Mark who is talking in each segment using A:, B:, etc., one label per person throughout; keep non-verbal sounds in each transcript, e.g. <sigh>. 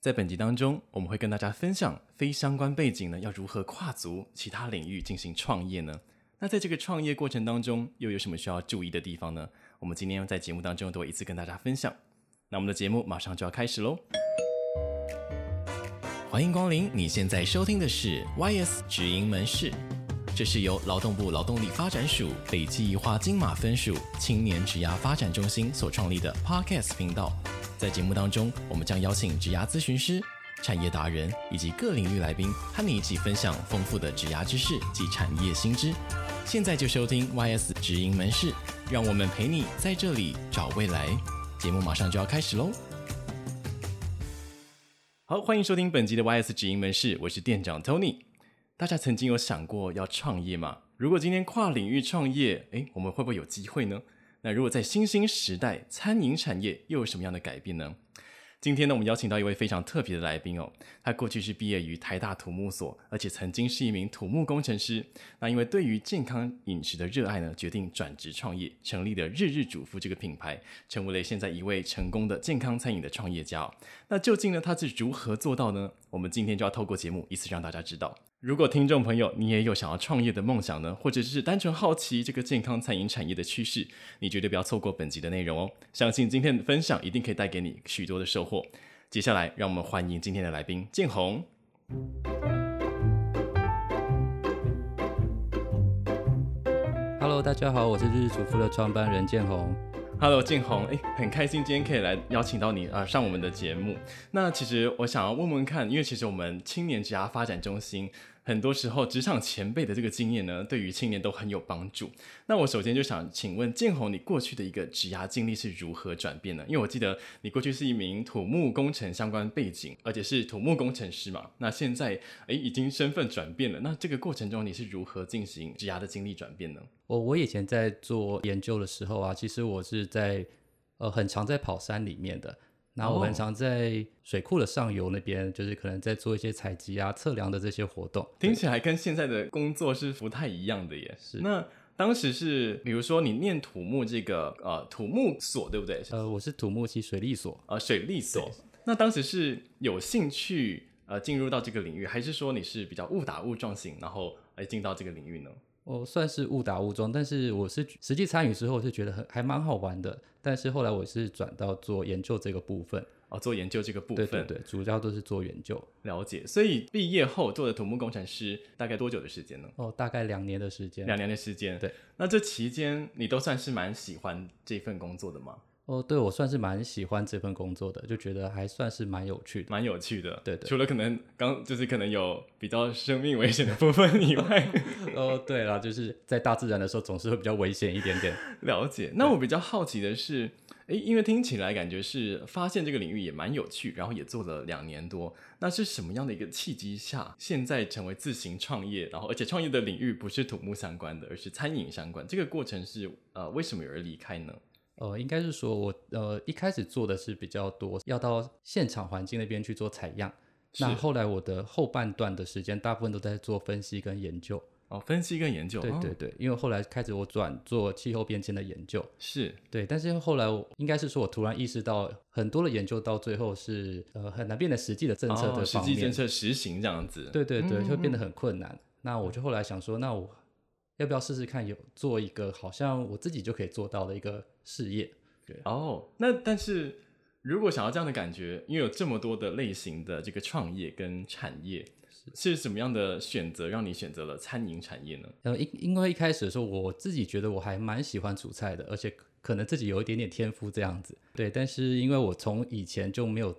A: 在本集当中，我们会跟大家分享非相关背景呢要如何跨足其他领域进行创业呢？那在这个创业过程当中，又有什么需要注意的地方呢？我们今天在节目当中都会一次跟大家分享。那我们的节目马上就要开始喽，欢迎光临！你现在收听的是 YS 直营门市，这是由劳动部劳动力发展署、北基宜化金马分署青年职涯发展中心所创立的 Podcast 频道。在节目当中，我们将邀请职涯咨询师、产业达人以及各领域来宾，和你一起分享丰富的职涯知识及产业新知。现在就收听 YS 直营门市，让我们陪你在这里找未来。节目马上就要开始喽！好，欢迎收听本集的 YS 直营门市，我是店长 Tony。大家曾经有想过要创业吗？如果今天跨领域创业，诶，我们会不会有机会呢？那如果在新兴时代，餐饮产业又有什么样的改变呢？今天呢，我们邀请到一位非常特别的来宾哦，他过去是毕业于台大土木所，而且曾经是一名土木工程师。那因为对于健康饮食的热爱呢，决定转职创业，成立了日日主妇这个品牌，成为了现在一位成功的健康餐饮的创业家、哦。那究竟呢，他是如何做到呢？我们今天就要透过节目一次让大家知道。如果听众朋友你也有想要创业的梦想呢，或者是单纯好奇这个健康餐饮产业的趋势，你绝对不要错过本集的内容哦。相信今天的分享一定可以带给你许多的收获。接下来，让我们欢迎今天的来宾建宏。
B: Hello，大家好，我是日日主妇的创办人建宏。
A: Hello，建宏，哎，很开心今天可以来邀请到你啊、呃上我们的节目。那其实我想要问问看，因为其实我们青年职涯发展中心，很多时候职场前辈的这个经验呢，对于青年都很有帮助。那我首先就想请问建宏，你过去的一个职涯经历是如何转变呢？因为我记得你过去是一名土木工程相关背景，而且是土木工程师嘛。那现在哎，已经身份转变了，那这个过程中你是如何进行职涯的经历转变呢？
B: 我哦我以前在做研究的时候啊，其实我是在呃很常在跑山里面的，然后我
A: 哦
B: 很常在水库的上游那边，就是可能在做一些采集啊、测量的这些活动。
A: 听起来跟现在的工作是不太一样的耶。是那当时是，比如说你念土木这个呃土木所对不对？
B: 呃，我是土木系水利所，
A: 呃水利所。那当时是有兴趣呃进入到这个领域，还是说你是比较误打误撞型，然后来进到这个领域呢？
B: 我哦算是误打误撞，但是我是实际参与之后我是觉得很还蛮好玩的，但是后来我是转到做研究这个部分，
A: 哦，做研究这个部
B: 对
A: 分
B: 对对，主要都是做研究
A: 了解。所以毕业后做的土木工程师大概多久的时间呢？
B: 哦，大概两年的时间，
A: 两年的时间。
B: 对，
A: 那这期间你都算是蛮喜欢这份工作的吗？
B: 哦，对我算是蛮喜欢这份工作的，就觉得还算是蛮有趣的。
A: 蛮有趣的。
B: 对对
A: 除了可能刚就是可能有比较生命危险的部分以外， <laughs>
B: 哦，对啦，就是在大自然的时候总是会比较危险一点点。
A: 了解。那我比较好奇的是，诶，因为听起来感觉是发现这个领域也蛮有趣，然后也做了两年多，那是什么样的一个契机下，现在成为自行创业，然后而且创业的领域不是土木相关的，而是餐饮相关，这个过程是呃为什么有人离开呢？
B: 呃，应该是说我呃一开始做的是比较多，要到现场环境那边去做采样。那
A: 是
B: 后来我的后半段的时间，大部分都在做分析跟研究。
A: 哦，分析跟研究，
B: 对
A: 哦
B: 对对，因为后来开始我转做气候变迁的研究。
A: 是
B: 对，但是后来我应该是说，我突然意识到很多的研究到最后是呃很难变得实际的政策
A: 哦
B: 的
A: 实
B: 方
A: 际
B: 面。
A: 政策实行这样子，
B: 对对对，就会变
A: 嗯
B: 得很困难。那我就后来想说，那我要不要试试看有做一个好像我自己就可以做到的一个事业？
A: 哦，那但是如果想要这样的感觉，因为有这么多的类型的这个创业跟产业，是什么样的选择让你选择了餐饮产业呢？
B: 呃，因因为一开始的时候，我自己觉得我还蛮喜欢煮菜的，而且可能自己有一点点天赋这样子。对，但是因为我从以前就没有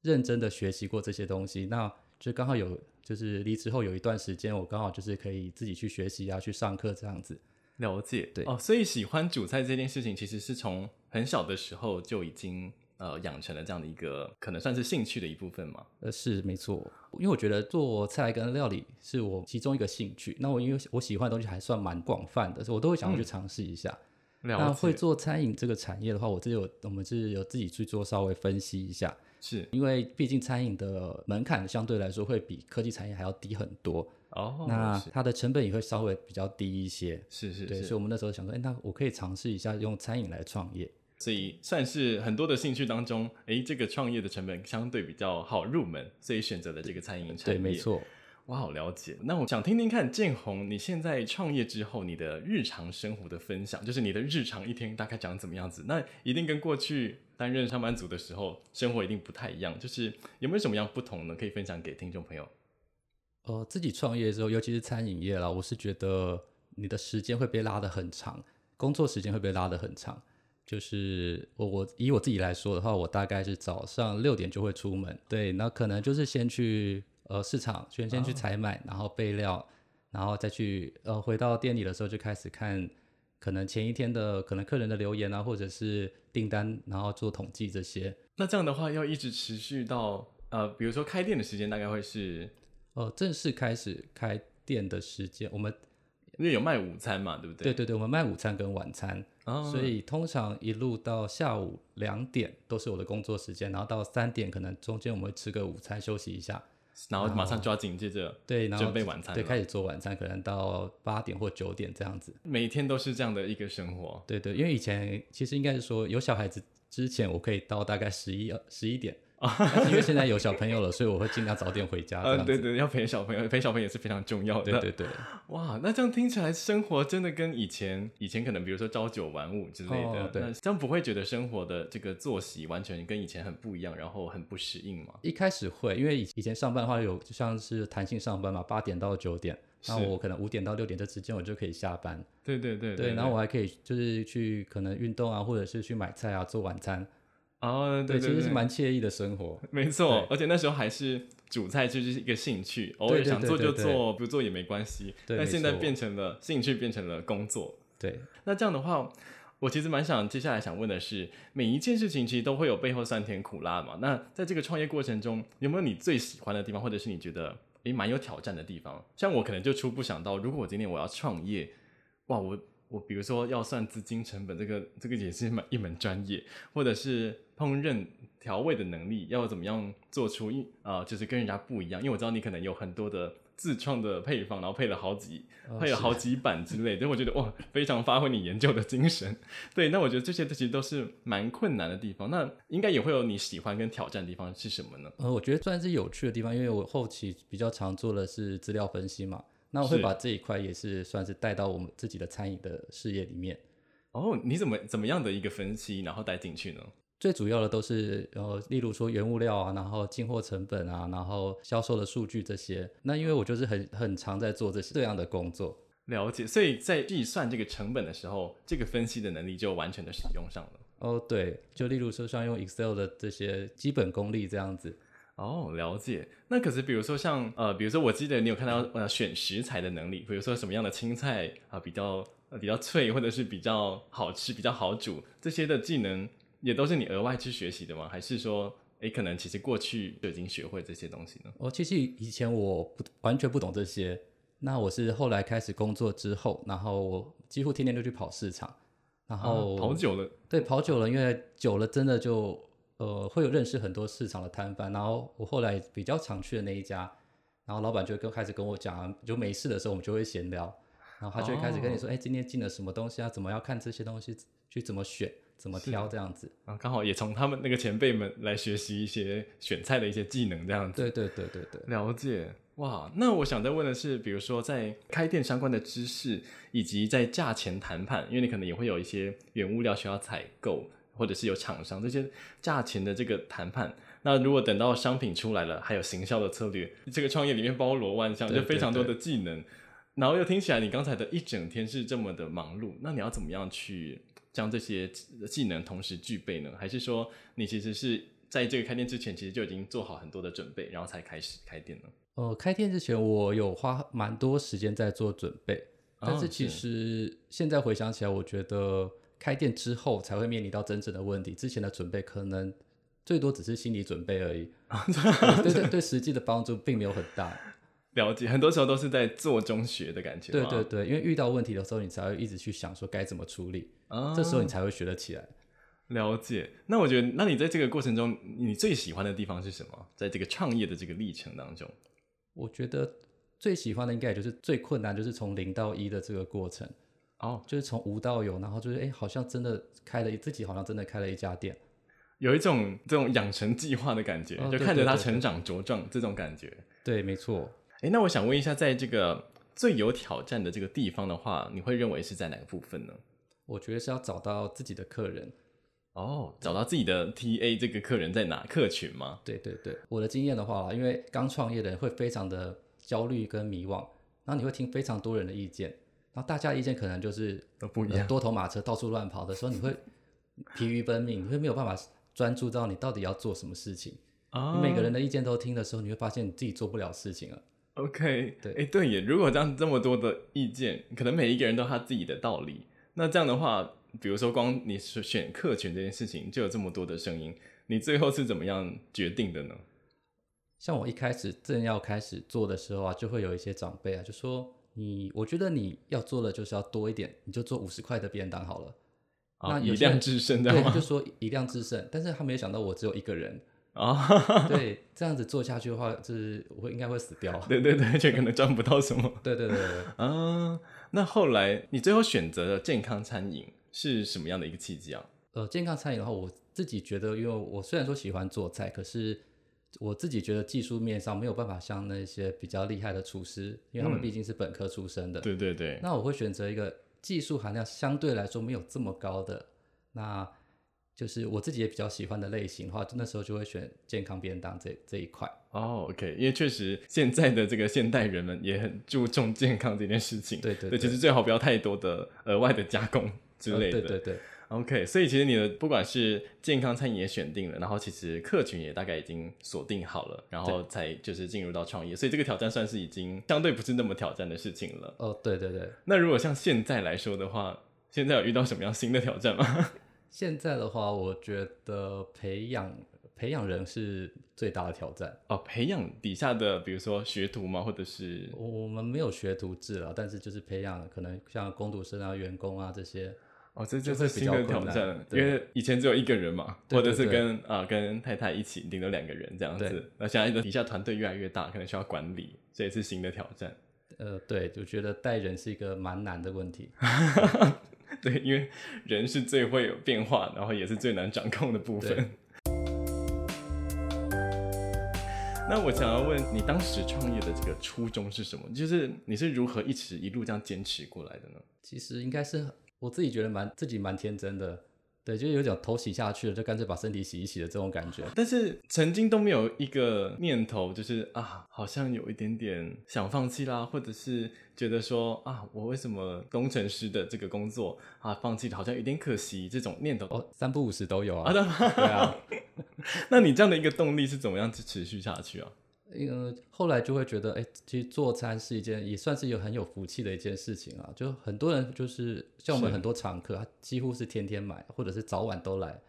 B: 认真的学习过这些东西，那就刚好有就是离职后有一段时间，我刚好就是可以自己去学习啊，去上课这样子。
A: 了解，
B: 对
A: 哦，所以喜欢煮菜这件事情，其实是从很小的时候就已经呃养成了这样的一个可能算是兴趣的一部分嘛。
B: 呃，是没错，因为我觉得做菜跟料理是我其中一个兴趣。那我因为我喜欢的东西还算蛮广泛的，所以我都会想要去尝试一下。那
A: 嗯了
B: 会
A: 解，
B: 做餐饮这个产业的话，我自己有我们是有自己去做稍微分析一下，
A: 是
B: 因为毕竟餐饮的门槛相对来说会比科技产业还要低很多，
A: 哦，
B: 那
A: 是
B: 它的成本也会稍微比较低一些。
A: 是是
B: 对，
A: 是
B: 所以我们那时候想说，哎，那我可以尝试一下用餐饮来创业。
A: 所以算是很多的兴趣当中，诶，这个创业的成本相对比较好入门，所以选择了这个餐饮产
B: 对，
A: 业。
B: 没，错。
A: 我好了解。那我想听听看，建宏，你现在创业之后，你的日常生活的分享，就是你的日常一天大概长怎么样子？那一定跟过去担任上班族的时候生活一定不太一样，就是有没有什么样不同呢？可以分享给听众朋友。
B: 呃，自己创业之后，尤其是餐饮业啦，我是觉得你的时间会被拉得很长，工作时间会被拉得很长。就是我我以我自己来说的话，我大概是早上六点就会出门，对，那可能就是先去呃市场，先先去采买，然后备料，然后再去呃回到店里的时候就开始看可能前一天的可能客人的留言啊，或者是订单，然后做统计这些。
A: 那这样的话，要一直持续到呃，比如说开店的时间大概会是，
B: 呃，正式开始开店的时间，我们
A: 因为有卖午餐嘛，对不
B: 对
A: 对？对，
B: 对对，我们卖午餐跟晚餐。
A: 哦、
B: 所以通常一路到下午两点都是我的工作时间，然后到三点可能中间我们会吃个午餐休息一下，
A: 然后马
B: 哦
A: 上抓紧，接着
B: 对，然后
A: 准备晚餐
B: 对，
A: 了
B: 开始做晚餐，可能到八点或九点这样子，
A: 每天都是这样的一个生活。
B: 对对，因为以前其实应该是说有小孩子之前我可以到大概十一
A: <laughs>
B: 十一点，但是因为现在有小朋友了，所以我会尽量早点回家啊这
A: 呃，
B: 样子，
A: 对对，要陪小朋友，陪小朋友也是非常重要的。
B: 对
A: <laughs>
B: 对对，
A: 哇，那这样听起来，生活真的跟以前以前可能比如说朝九晚五之类的，
B: 哦对
A: 那这样不会觉得生活的这个作息完全跟以前很不一样，然后很不适应吗？
B: 一开始会，因为以以前上班的话有就像是弹性上班嘛，八点到九点，那
A: 是
B: 我可能五点到六点这之间我就可以下班。
A: 对对对
B: 对，然后我还可以就是去可能运动啊，或者是去买菜啊，做晚餐。
A: 哦，对
B: 其实是
A: 对
B: 蛮惬意的生活。
A: 没错，而且那时候还是煮菜就是一个兴趣，偶尔
B: 对对
A: 想做
B: 对
A: 就
B: 对
A: 做，不做也没关系。
B: 对
A: 但
B: 没
A: 现在
B: 错
A: 变成了兴趣，变成了工作。
B: 对，
A: 那这样的话，我其实蛮想接下来想问的是，每一件事情其实都会有背后酸甜苦辣嘛。那在这个创业过程中，有没有你最喜欢的地方，或者是你觉得诶蛮有挑战的地方？像我可能就初步想到，如果我今天我要创业，哇，我我比如说要算资金成本，这个这个也是蛮一门专业，或者是烹饪调味的能力，要怎么样做出一啊、就是跟人家不一样？因为我知道你可能有很多的。自创的配方，然后配了好几
B: 哦
A: 配了
B: 是
A: 好几版之类的，我觉得哇，非常发挥你研究的精神。 <laughs> 对，那我觉得这些其实都是蛮困难的地方。那应该也会有你喜欢跟挑战的地方是什么呢？
B: 呃，我觉得算是有趣的地方，因为我后期比较常做的是资料分析嘛，那我会
A: 是
B: 把这一块也是算是带到我们自己的餐饮的事业里面。
A: 哦，你怎么怎么样的一个分析，然后带进去呢？
B: 最主要的都是呃，例如说原物料啊，然后进货成本啊，然后销售的数据这些。那因为我就是很很常在做这些这样的工作，
A: 了解，所以在计算这个成本的时候，这个分析的能力就完全的使用上了。
B: 哦，对，就例如说像用 Excel 的这些基本功力这样子，
A: 哦，了解。那可是比如说像呃，比如说我记得你有看到呃选食材的能力，比如说什么样的青菜啊、比较、呃、比较脆，或者是比较好吃、比较好煮这些的技能，也都是你额外去学习的吗？还是说，诶，可能其实过去就已经学会这些东西呢？
B: 我哦其实以前我不完全不懂这些，那我是后来开始工作之后，然后我几乎天天就去跑市场，然后、
A: 啊好久了，
B: 对跑久了，因为久了真的就呃会有认识很多市场的摊贩，然后我后来比较常去的那一家，然后老板就跟开始跟我讲啊，就没事的时候我们就会闲聊，然后他就会开始跟
A: 哦
B: 你说，哎、今天进了什么东西啊，怎么要看这些东西，去怎么选，怎么
A: 是
B: 挑这样子，
A: 啊，刚好也从他们那个前辈们来学习一些选菜的一些技能，这样子。
B: 对对对对对。
A: 了解哇，那我想再问的是，比如说在开店相关的知识，以及在价钱谈判，因为你可能也会有一些原物料需要采购，或者是有厂商这些价钱的这个谈判。那如果等到商品出来了，还有行销的策略，这个创业里面包罗万象，
B: 对
A: 就非常多的技能。然后又听起来你刚才的一整天是这么的忙碌，那你要怎么样去将这些技能同时具备呢？还是说你其实是在这个开店之前，其实就已经做好很多的准备，然后才开始开店呢？
B: 呃，开店之前我有花蛮多时间在做准备，但
A: 哦
B: 是其实现在回想起来，我觉得开店之后才会面临到真正的问题，之前的准备可能最多只是心理准备而 <laughs> 已，对对对对，实啊际的帮助并没有很 <laughs> 大。
A: 了解，很多时候都是在做中学的感觉
B: 对
A: 吗。
B: 对对，因为遇到问题的时候，你才会一直去想说该怎么处理，
A: 啊，
B: 这时候你才会学得起来。
A: 了解。那我觉得，那你在这个过程中，你最喜欢的地方是什么？在这个创业的这个历程当中，
B: 我觉得最喜欢的应该也就是最困难，就是从零到一的这个过程。
A: 哦，
B: 就是从无到有，然后就是哎、诶好像真的开了一自己好像真的开了一家店，
A: 有一种这种养成计划的感觉，
B: 哦
A: 就
B: 对
A: 看着
B: 对
A: 他
B: 对
A: 成长茁壮这种感觉。
B: 对，没错。
A: 哎，那我想问一下，在这个最有挑战的这个地方的话，你会认为是在哪个部分呢？
B: 我觉得是要找到自己的客人，
A: 哦，找到自己的 TA 这个客人在哪客群吗？
B: 对对对，我的经验的话啦，因为刚创业的人会非常的焦虑跟迷惘，然后你会听非常多人的意见，然后大家的意见可能就是
A: 都不一
B: 呃
A: 样
B: 多头马车到处乱跑的时候，你会疲于奔命，你会没有办法专注到你到底要做什么事情。
A: 啊
B: 你每个人的意见都听的时候，你会发现你自己做不了事情了。
A: OK，
B: 对
A: 哎，对耶，如果这样这么多的意见，可能每一个人都有他自己的道理，那这样的话，比如说光你是选客群这件事情，就有这么多的声音，你最后是怎么样决定的呢？
B: 像我一开始正要开始做的时候啊，就会有一些长辈啊就说你，我觉得你要做的就是要多一点，你就做五十块的便当好了。
A: 啊，
B: 那
A: 以
B: 有些
A: 量
B: 人
A: 制胜，这
B: 对，
A: 样
B: 他
A: 吗
B: 就？说一辆制胜，但是他没有想到我只有一个人，
A: <laughs> 啊，
B: 对，这样子做下去的话，就是我会应该会死掉。
A: <laughs> 对对对，这可能赚不到什么
B: 对对对对，
A: 啊。那后来你最后选择了健康餐饮是什么样的一个契机啊？
B: 呃，健康餐饮的话，我自己觉得，因为我虽然说喜欢做菜，可是我自己觉得技术面上没有办法像那些比较厉害的厨师，因为他们
A: 嗯
B: 毕竟是本科出身的。
A: 对对对，
B: 那我会选择一个技术含量相对来说没有这么高的，那就是我自己也比较喜欢的类型的话，那时候就会选健康便当这这一块。
A: 哦，OK，因为确实现在的这个现代人们也很注重健康这件事情，
B: 对对
A: 对，其实最好不要太多的额外的加工之
B: 呃
A: 类的。
B: 对对对，
A: OK，所以其实你的不管是健康餐饮也选定了，然后其实客群也大概已经锁定好了，然后才就是进入到创业，所以这个挑战算是已经相对不是那么挑战的事情了。
B: 哦，对对对。
A: 那如果像现在来说的话，现在有遇到什么样新的挑战吗？
B: 现在的话，我觉得培养培养人是最大的挑战。
A: <laughs> 哦，培养底下的比如说学徒嘛，或者是
B: 我我们没有学徒制了，但是就是培养可能像工读生啊、员工啊这些。
A: 哦，这
B: 就
A: 就
B: 会
A: 是
B: 比
A: 新
B: 较
A: 的
B: 困
A: 挑
B: 难
A: 战了，因
B: 对
A: 为以前只有一个人嘛，
B: 对对
A: 或者是
B: 对
A: 跟啊、跟太太一起，顶多两个人这样
B: 对
A: 子。那现在的底下团队越来越大，可能需要管理，这也是新的挑战。
B: 呃，对，就觉得带人是一个蛮难的问
A: <laughs>
B: 题。
A: 对，因为人是最会有变化，然后也是最难掌控的部
B: 对
A: 分。那我想要问你，当时创业的这个初衷是什么？就是你是如何一直一路这样坚持过来的呢？
B: 其实应该是我自己觉得蛮自己蛮天真的，对，就有点头洗下去了，就干脆把身体洗一洗的这种感觉。
A: 但是曾经都没有一个念头，就是啊，好像有一点点想放弃啦，或者是觉得说啊，我为什么工程师的这个工作啊放弃了，好像有点可惜这种念头。哦，
B: 哦，三不五十都有
A: 啊，
B: 啊。
A: 那 <laughs>
B: 对啊，
A: 那你这样的一个动力是怎么样去持续下去啊？
B: 呃，后来就会觉得，哎、其实做餐是一件也算是有很有福气的一件事情啊。就很多人就是像我们
A: 是
B: 很多常客，他几乎是天天买，或者是早晚都来。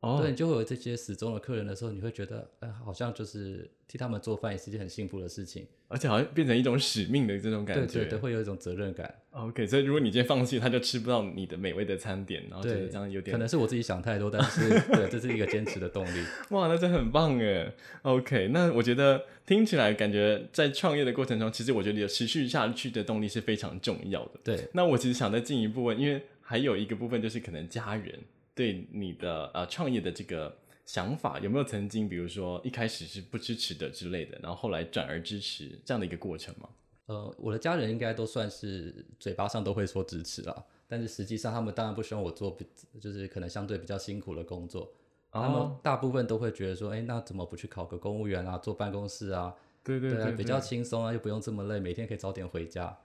A: 哦
B: 对，你就会有这些死忠的客人的时候，你会觉得，哎、好像就是替他们做饭也是一件很幸福的事情。
A: 而且好像变成一种使命的这种感
B: 对
A: 觉。
B: 对对，会有一种责任感。
A: OK，所以如果你今天放弃，他就吃不到你的美味的餐点，然后觉得
B: 对，
A: 哦这样有点
B: 可能是我自己想太多，但
A: <laughs>
B: 是对，这是一个坚持的动力。
A: 哇，那真的很棒哎。OK，那我觉得听起来感觉在创业的过程中，其实我觉得有持续下去的动力是非常重要的。
B: 对，
A: 那我其实想再进一步问，因为还有一个部分就是可能家人对你的呃创业的这个想法有没有曾经，比如说一开始是不支持的之类的，然后后来转而支持这样的一个过程吗？
B: 呃，我的家人应该都算是嘴巴上都会说支持啦，但是实际上他们当然不希望我做比，就是可能相对比较辛苦的工作。他们
A: 哦，
B: 大部分都会觉得说，哎、那怎么不去考个公务员啊，坐办公室啊？
A: 对对
B: 啊，比较轻松啊，又不用这么累，每天可以早点回家。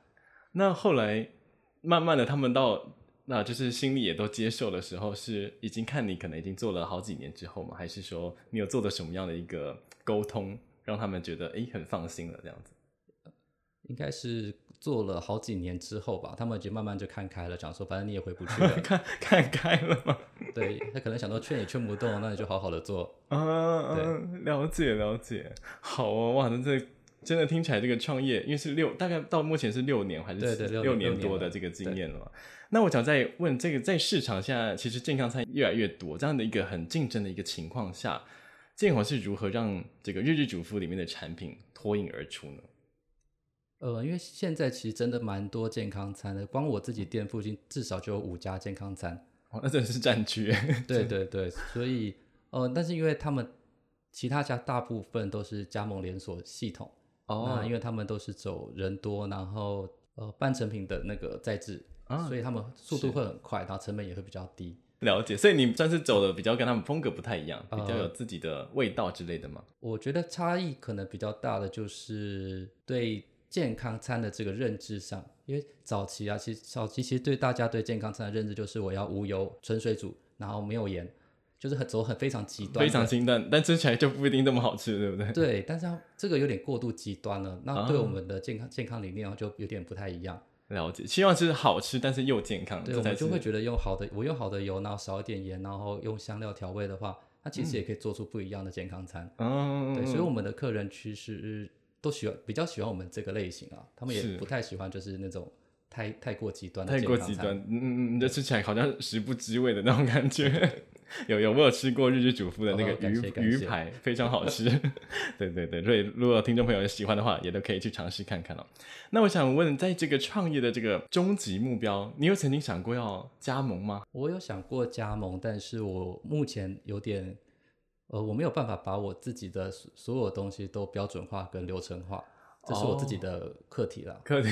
A: 那后来慢慢的，他们到那就是心里也都接受的时候，是已经看你可能已经做了好几年之后吗？还是说你有做的什么样的一个沟通，让他们觉得诶很放心了这样子？，
B: 应该是做了好几年之后吧，他们已经慢慢就看开了，讲说反正你也回不去了
A: <laughs> 看看开了吗？
B: 对他可能想说劝也劝不动，那你就好好的做。
A: 啊，啊了解了解，好哦，哇，那这真的听起来这个创业，因为是六，大概到目前是六年还是
B: 对对
A: 七
B: 六
A: 六年
B: 年六年
A: 多的
B: 了
A: 这个经
B: 对
A: 验了嘛？那我想再问，这个在市场下，其实健康餐越来越多，这样的一个很竞争的一个情况下，建宏是如何让这个日日主妇里面的产品脱颖而出呢？
B: 呃，因为现在其实真的蛮多健康餐的，光我自己店附近至少就有五家健
A: <laughs>
B: 康餐。
A: 哦，那真的是战区，
B: 对对对，所以呃，但是因为他们其他家大部分都是加盟连锁系统，那哦因为他们都是走人多，然后呃半成品的那个再制，
A: 啊
B: 所以他们速度会很快，然后成本也会比较低。
A: 了解。所以你算是走的比较跟他们风格不太一样，比较
B: 呃
A: 有自己的味道之类的吗？
B: 我觉得差异可能比较大的就是对健康餐的这个认知上，因为早期啊，其实早期其实对大家对健康餐的认知就是我要无油、纯水煮，然后没有盐，就是很走很非常极端的，
A: 非常清淡，但吃起来就不一定那么好吃，对不对？
B: 对，但是它这个有点过度极端了，那对
A: 啊
B: 我们的健康、健康理念就有点不太一样。
A: 了解，希望是好吃，但是又健康，
B: 对，
A: 这
B: 我
A: 才
B: 们
A: 是
B: 就会觉得用好的，我用好的油，然后少一点盐，然后用香料调味的话，它其实也可以做出不一样的健康餐。
A: 嗯，
B: 对，所以我们的客人其实都喜欢比较喜欢我们这个类型啊，他们
A: 是
B: 也不太喜欢就是那种太太过极端的
A: 太
B: 健
A: 过
B: 康
A: 极
B: 餐
A: 端，嗯嗯嗯，就吃起来好像食不知味的那种感
B: <laughs>
A: 觉。有有，我有吃过日日主妇的那个
B: 哦感
A: 鱼、
B: 谢感
A: 鱼
B: 谢
A: 排，非常
B: <laughs>
A: 好吃。对对对，所以如果听众朋友喜欢的话，也都可以去尝试看看哦。那我想问，在这个创业的这个终极目标，你有曾经想过要加盟吗？ <laughs>
B: 我有想过加盟，但是我目前有点，呃，我没有办法把我自己的所所有东西都标准化跟流程化，这是我自己
A: 哦
B: 的课题啦。
A: 可能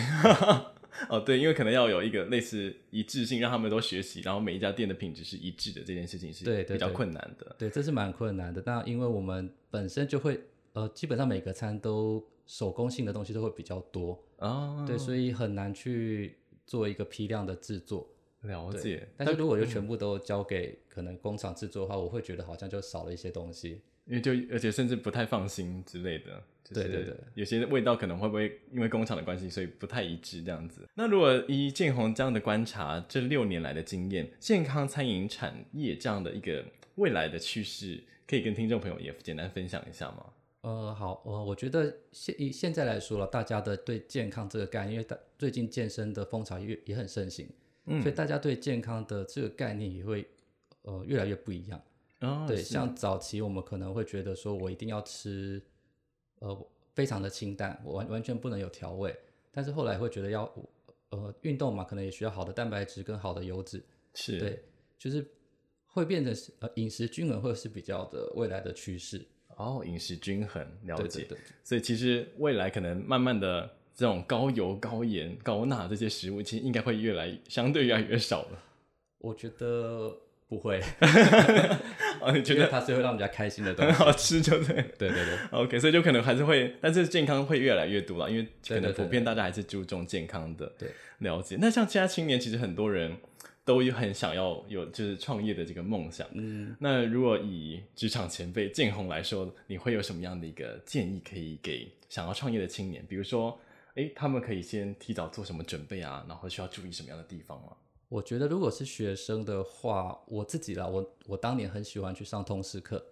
A: 哦，对，因为可能要有一个类似一致性，让他们都学习，然后每一家店的品质是一致的，这件事情是
B: 对对
A: 比较
B: 对
A: 困难的。
B: 对，这是蛮困难的。那因为我们本身就会，呃，基本上每个餐都手工性的东西都会比较多，
A: 哦，
B: 对，所以很难去做一个批量的制作。
A: 了
B: 对
A: 解。
B: 但是如果就全部都交给可能工厂制作的话，我会觉得好像就少了一些东西。
A: 因为就而且甚至不太放心之类的，就是
B: 对对对，
A: 有些味道可能会不会因为工厂的关系，所以不太一致这样子。那如果以建宏这样的观察，这六年来的经验，健康餐饮产业这样的一个未来的趋势，可以跟听众朋友也简单分享一下吗？
B: 呃，好，呃，我觉得现以现在来说了，大家的对健康这个概念，因为大最近健身的风潮也也很盛行，
A: 嗯
B: 所以大家对健康的这个概念也会呃越来越不一样。
A: 哦
B: 对，
A: 是
B: 像早期我们可能会觉得说我一定要吃，呃，非常的清淡，我完完全不能有调味。但是后来会觉得要，呃，运动嘛，可能也需要好的蛋白质跟好的油脂。
A: 是
B: 对，就是会变成是呃饮食均衡，会是比较的未来的趋势。
A: 哦，饮食均衡，了解。
B: 对对对，
A: 所以其实未来可能慢慢的这种高油、高盐、高钠这些食物，其实应该会越来相对越来越少了。 <laughs>
B: 我觉得不会，
A: 哦，你觉
B: 因为
A: 得
B: 它是会让人家开心的东
A: 很
B: 西。
A: <laughs> 好吃就对了。
B: 对对对，
A: OK，所以就可能还是会，但是健康会越来越多了，因为可
B: 对
A: 能
B: 对
A: 普
B: 对
A: 遍大家还是注重健康的
B: 对
A: 了解。那像现在青年，其实很多人都有很想要有就是创业的这个梦想。
B: 嗯，
A: 那如果以职场前辈建宏来说，你会有什么样的一个建议可以给想要创业的青年？比如说，诶，他们可以先提早做什么准备啊？然后需要注意什么样的地方吗？
B: 我觉得如果是学生的话，我自己啦，我我当年很喜欢去上通识课，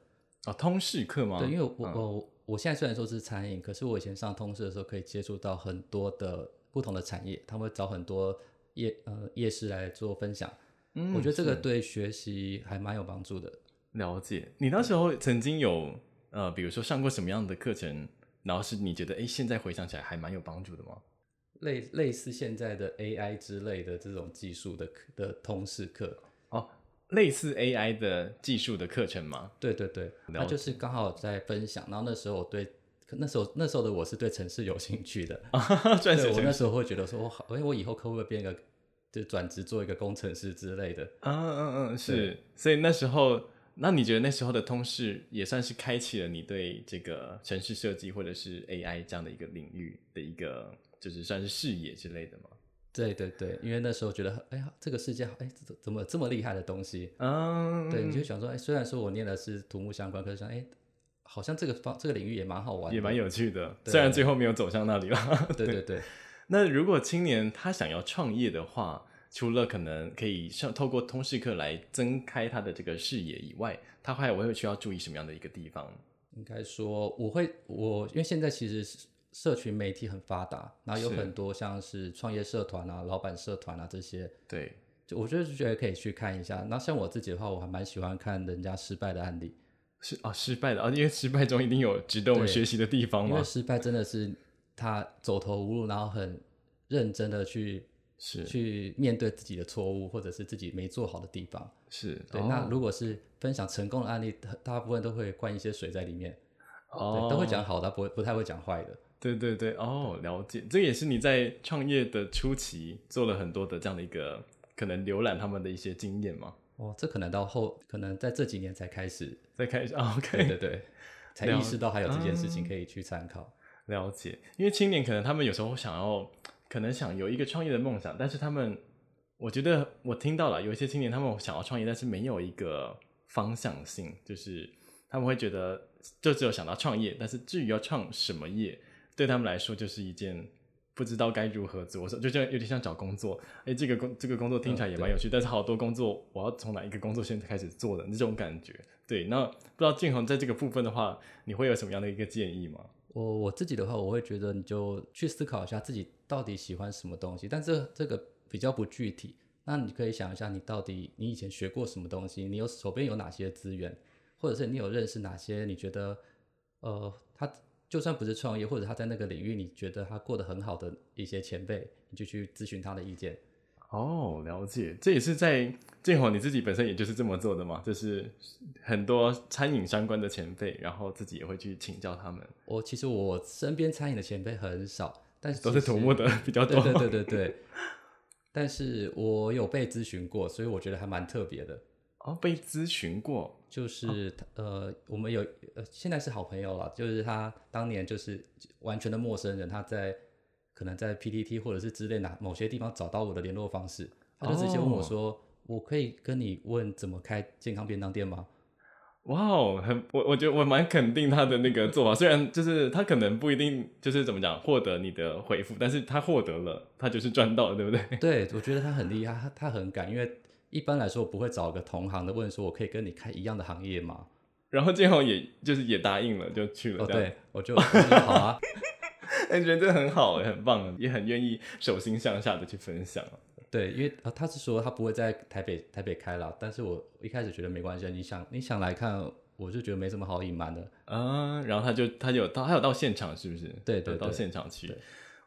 A: 啊，通识课吗？
B: 对，因为我我、
A: 嗯
B: 我我现在虽然说是餐饮，可是我以前上通识的时候，可以接触到很多的不同的产业，他们会找很多夜呃夜市来做分享，
A: 嗯
B: 我觉得这个
A: 是
B: 对学习还蛮有帮助的。
A: 了解，你那时候曾经有呃，比如说上过什么样的课程，然后是你觉得哎，诶现在回想起来还蛮有帮助的吗？
B: 类类似现在的 AI 之类的这种技术的课的通识课，
A: 哦，类似 AI 的技术的课程吗？ <laughs>
B: 对对对，
A: 了
B: 他就是刚好在分享。然后那时候我对那时候那时候的我是对城市有兴趣的，
A: 专
B: 对
A: 属
B: 我那
A: 程序
B: 时候会觉得说，我好，哎，我以后可不可以变一个就转职做一个工程师之类的？
A: 嗯嗯嗯，是。所以那时候，那你觉得那时候的通识也算是开启了你对这个城市设计或者是 AI 这样的一个领域的一个，就是算是视野之类的吗？
B: 对对对，因为那时候觉得，哎呀，这个世界好，哎，这怎么这么厉害的东西？
A: 嗯，
B: 对，你就想说，哎，虽然说我念的是土木相关，可是想，哎，好像这个方这个领域也蛮好玩的，
A: 也蛮。有趣的，
B: 对
A: 虽然最后没有走向那里了。
B: <laughs>
A: <laughs>
B: 对对对，
A: 那如果青年他想要创业的话，除了可能可以上透过通识课来增开他的这个视野以外，他还会需要注意什么样的一个地方？
B: 应该说我会我，因为现在其实是社群媒体很发达，然后有
A: 是
B: 很多像是创业社团啊、老板社团啊这些，
A: 对，
B: 就我就是觉得可以去看一下。那像我自己的话，我还蛮喜欢看人家失败的案例，
A: 是啊、哦，失败的啊、哦因为失败中一定有值得我们
B: 对
A: 学习的地方
B: 因
A: 嘛
B: 为。失败真的是他走投无路，然后很认真的去
A: 是
B: 去面对自己的错误，或者是自己没做好的地方。
A: 是，
B: 对，
A: 哦
B: 那如果是分享成功的案例，大大部分都会灌一些水在里面，
A: 哦
B: 对，都会讲好的，不会不太会讲坏的。
A: 对对对，哦，了解，这也是你在创业的初期做了很多的这样的一个可能浏览他们的一些经验嘛，
B: 哦，这可能到后，可能在这几年才开始，
A: 再看一下啊，OK，
B: 对
A: <laughs>
B: 对对，才
A: 了
B: 意识到还有这件事情
A: 啊
B: 可以去参考。
A: 了解，因为青年可能他们有时候想要，可能想有一个创业的梦想，但是他们，我觉得我听到了有一些青年他们想要创业，但是没有一个方向性，就是他们会觉得就只有想到创业，但是至于要创什么业，对他们来说就是一件不知道该如何做，就像有点像找工作，哎，这个工这个工作听起来也蛮有趣，但是好多工作我要从哪一个工作先开始做的那种感觉。对，那不知道建宏在这个部分的话，你会有什么样的一个建议吗？
B: 我我自己的话，我会觉得你就去思考一下自己到底喜欢什么东西，但这这个比较不具体。那你可以想一下，你到底你以前学过什么东西，你有手边有哪些资源，或者是你有认识哪些你觉得，呃，他就算不是创业，或者他在那个领域你觉得他过得很好的一些前辈，你就去咨询他的意见。
A: 哦，了解，这也是在建宏你自己本身也就是这么做的嘛，就是很多餐饮相关的前辈，然后自己也会去请教他们，
B: 我其实我身边餐饮的前辈很少，但是
A: 都是
B: 其实
A: 土木的 <laughs> 比较多。
B: 对对对
A: <laughs>
B: 对对。但是我有被咨询过，所以我觉得还蛮特别的。
A: 哦，被咨询过，
B: 就是他、呃，我们有呃，现在是好朋友了。就是他当年就是完全的陌生人，他在可能在 PTT 或者是之类哪某些地方找到我的联络方式，他就直接问我
A: 哦
B: 说：“我可以跟你问怎么开健康便当店吗
A: 哇哦，很我我觉得我蛮肯定他的那个做法，虽然就是他可能不一定就是怎么讲获得你的回复，但是他获得了，他就是赚到了，对不对？？” <laughs>
B: 对，我觉得他很厉害，他他很敢，因为一般来说我不会找个同行的问说：“我可以跟你开一样的行业吗
A: 然后建宏也就是也答应了，就去？”了
B: 哦，
A: 这样。
B: 对，我就我就说好啊，
A: 哎，觉得这很好，很棒，也很愿意手心向下的去分享。
B: 对，因为呃他是说他不会在台北台北开了，但是我一开始觉得没关系，啊你想你想来看，我就觉得没什么好隐瞒的。
A: 啊，然后他就他有到他有到现场是不是？
B: 对
A: 有
B: 对
A: 到
B: 对
A: 现场去
B: 对。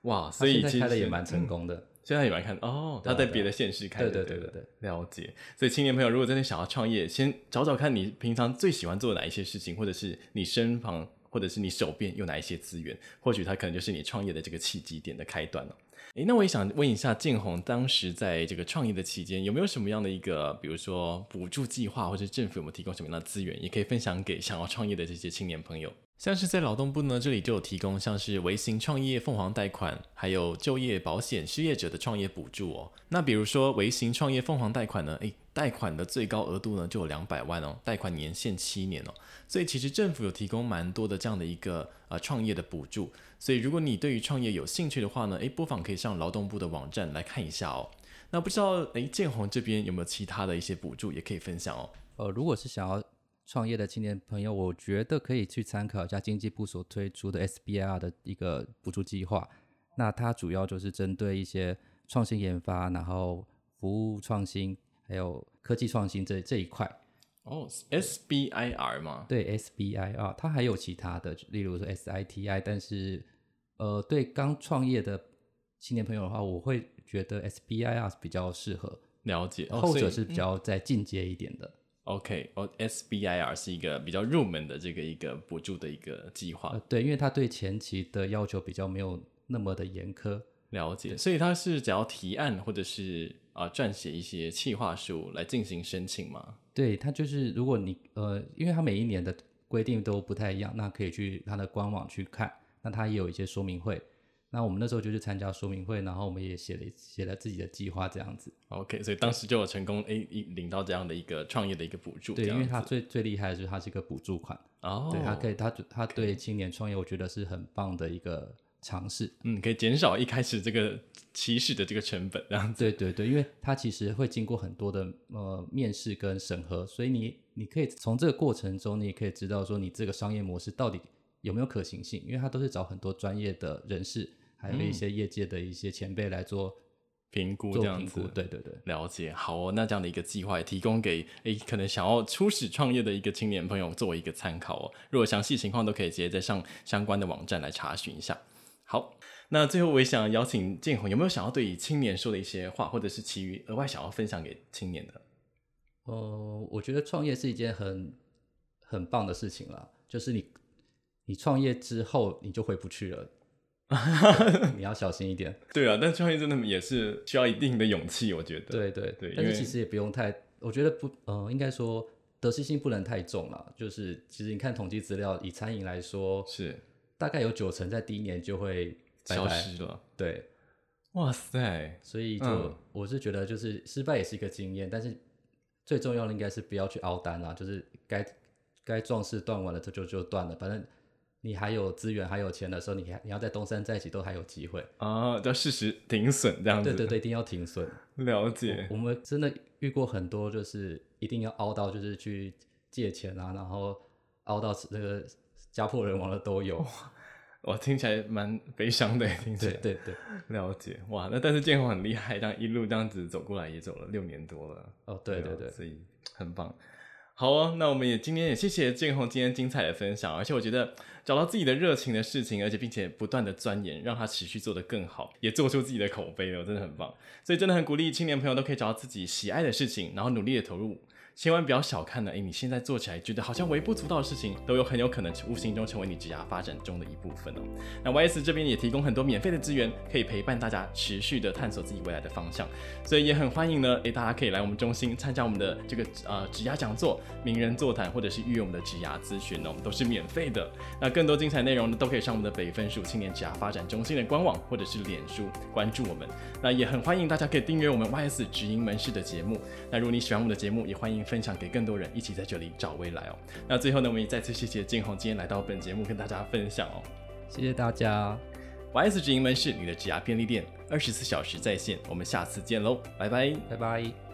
A: 哇，
B: 他
A: 所以
B: 现
A: 其
B: 在
A: 实
B: 开的也
A: 是
B: 蛮成，功的。
A: 现在也蛮看哦，
B: 对
A: 他
B: 啊
A: 在
B: 对啊
A: 别的县市开
B: 对
A: 的，
B: 对对
A: 的
B: 对
A: 了解。所以青年朋友如果真的想要创业，先找找看你平常最喜欢做哪一些事情，或者是你身旁或者是你手边有哪一些资源，或许它可能就是你创业的这个契机点的开端了。诶，那我也想问一下，建宏当时在这个创业的期间，有没有什么样的一个，比如说补助计划，或者政府有没有提供什么样的资源，也可以分享给想要创业的这些青年朋友？像是在劳动部呢，这里就有提供像是微型创业凤凰贷款，还有就业保险失业者的创业补助哦。那比如说微型创业凤凰贷款呢，诶，贷款的最高额度呢就有两百万哦，贷款年限七年哦。所以其实政府有提供蛮多的这样的一个呃创业的补助。所以如果你对于创业有兴趣的话呢，诶，不妨可以上劳动部的网站来看一下哦。那不知道诶，建宏这边有没有其他的一些补助也可以分享哦？
B: 呃，如果是想要创业的青年朋友，我觉得可以去参考一下经济部所推出的 SBIR 的一个补助计划。那它主要就是针对一些创新研发，然后服务创新，还有科技创新这这一块。
A: 哦，SBIR 嘛，
B: 对 SBIR，它啊还有其他的，例如说 SITI，但是呃，对刚创业的青年朋友的话，我会觉得 SBIR 啊比较适合，
A: 了解。哦
B: 后
A: 所以
B: 者是比较再进阶一点的。
A: OK，哦，SBIR 是一个比较入门的这个一个补助的一个计划，
B: 呃，对，因为他对前期的要求比较没有那么的严苛。
A: 了解。所以它是只要提案或者是啊、撰写一些企划书来进行申请嘛？
B: 对他就是，如果你呃，因为他每一年的规定都不太一样，那可以去他的官网去看。那他也有一些说明会。那我们那时候就去参加说明会，然后我们也写了写了自己的计划这样子。
A: OK，所以当时就有成功诶一领到这样的一个创业的一个补助，
B: 对，
A: 这
B: 因
A: 样
B: 为他
A: 子
B: 最最厉害的就是他是一个补助款，
A: 哦，
B: 对他可
A: 以
B: 以，他他对青年创业，我觉得是很棒的一个尝试。
A: 嗯，可以减少一开始这个起始的这个成本，这样子
B: 对对对，因为它其实会经过很多的呃面试跟审核，所以你你可以从这个过程中，你也可以知道说你这个商业模式到底有没有可行性，因为它都是找很多专业的人士，还有一些业界的一些前辈来做、
A: 嗯评估
B: 做
A: 这样
B: 评
A: 子
B: 估。。对对对，
A: 了解，好哦，那这样的一个计划也提供给诶可能想要初始创业的一个青年朋友作为一个参考哦。如果详细情况都可以直接在上相关的网站来查询一下。好，那最后我也想邀请建宏，有没有想要对青年说的一些话，或者是其余额外想要分享给青年的？
B: 呃，我觉得创业是一件很很棒的事情啦，就是你你创业之后你就回不去
A: <laughs>
B: 了，对你要小心一点。
A: 对啊，但创业真的也是需要一定的勇气，我觉得。
B: 对对
A: 对
B: 但
A: 因
B: 是
A: 为
B: 其实也不用太，我觉得不，呃，应该说得失心不能太重啦。就是其实你看统计资料，以餐饮来说，
A: 是
B: 大概有九成在第一年就会拜
A: 消
B: 拜。
A: 失了。
B: 对，
A: 哇塞，
B: 所以就、
A: 嗯
B: 我是觉得，就是失败也是一个经验，但是最重要的应该是不要去熬单啦，就是该该壮士断腕了，这就就断了，反正你还有资源还有钱的时候，你还你要在东山再起都还有机会。
A: 啊，叫事实停损这样子。
B: 对对对，一定要停损。
A: 对，了解
B: 我们真的遇过很多，就是一定要熬到就是去借钱啊，然后熬到那个家破人亡的都有。
A: 哇，听起来蛮悲伤的，听起
B: 对
A: 来。
B: 对对，
A: 了解哇，那但是建宏很厉害，这样一路这样子走过来也走了六年多了。
B: 哦对对
A: 啊
B: 对，
A: 所以很棒。好哦，那我们也今天也谢谢建宏今天精彩的分享，啊而且我觉得找到自己的热情的事情，而且并且不断的钻研，让他持续做得更好，也做出自己的口碑了，真的很棒。所以真的很鼓励青年朋友都可以找到自己喜爱的事情，然后努力的投入，千万不要小看了，诶，你现在做起来觉得好像微不足道的事情，都有很有可能无形中成为你职涯发展中的一部分哦。那 YS 这边也提供很多免费的资源，可以陪伴大家持续的探索自己未来的方向，所以也很欢迎呢，诶，大家可以来我们中心参加我们的这个呃职涯讲座、名人座谈，或者是预约我们的职涯咨询呢，哦我们都是免费的。那更多精彩内容呢，都可以上我们的北分署青年职涯发展中心的官网或者是脸书关注我们。那也很欢迎大家可以订阅我们 YS 直营门市的节目。那如果你喜欢我们的节目，也欢迎分享给更多人，一起在这里找未来哦。那最后呢，我们也再次谢谢建宏今天来到本节目跟大家分享哦。
B: 谢谢大家，
A: YS 直营门市，你的职涯便利店，二十四小时在线。我们下次见喽，拜拜。
B: 拜拜。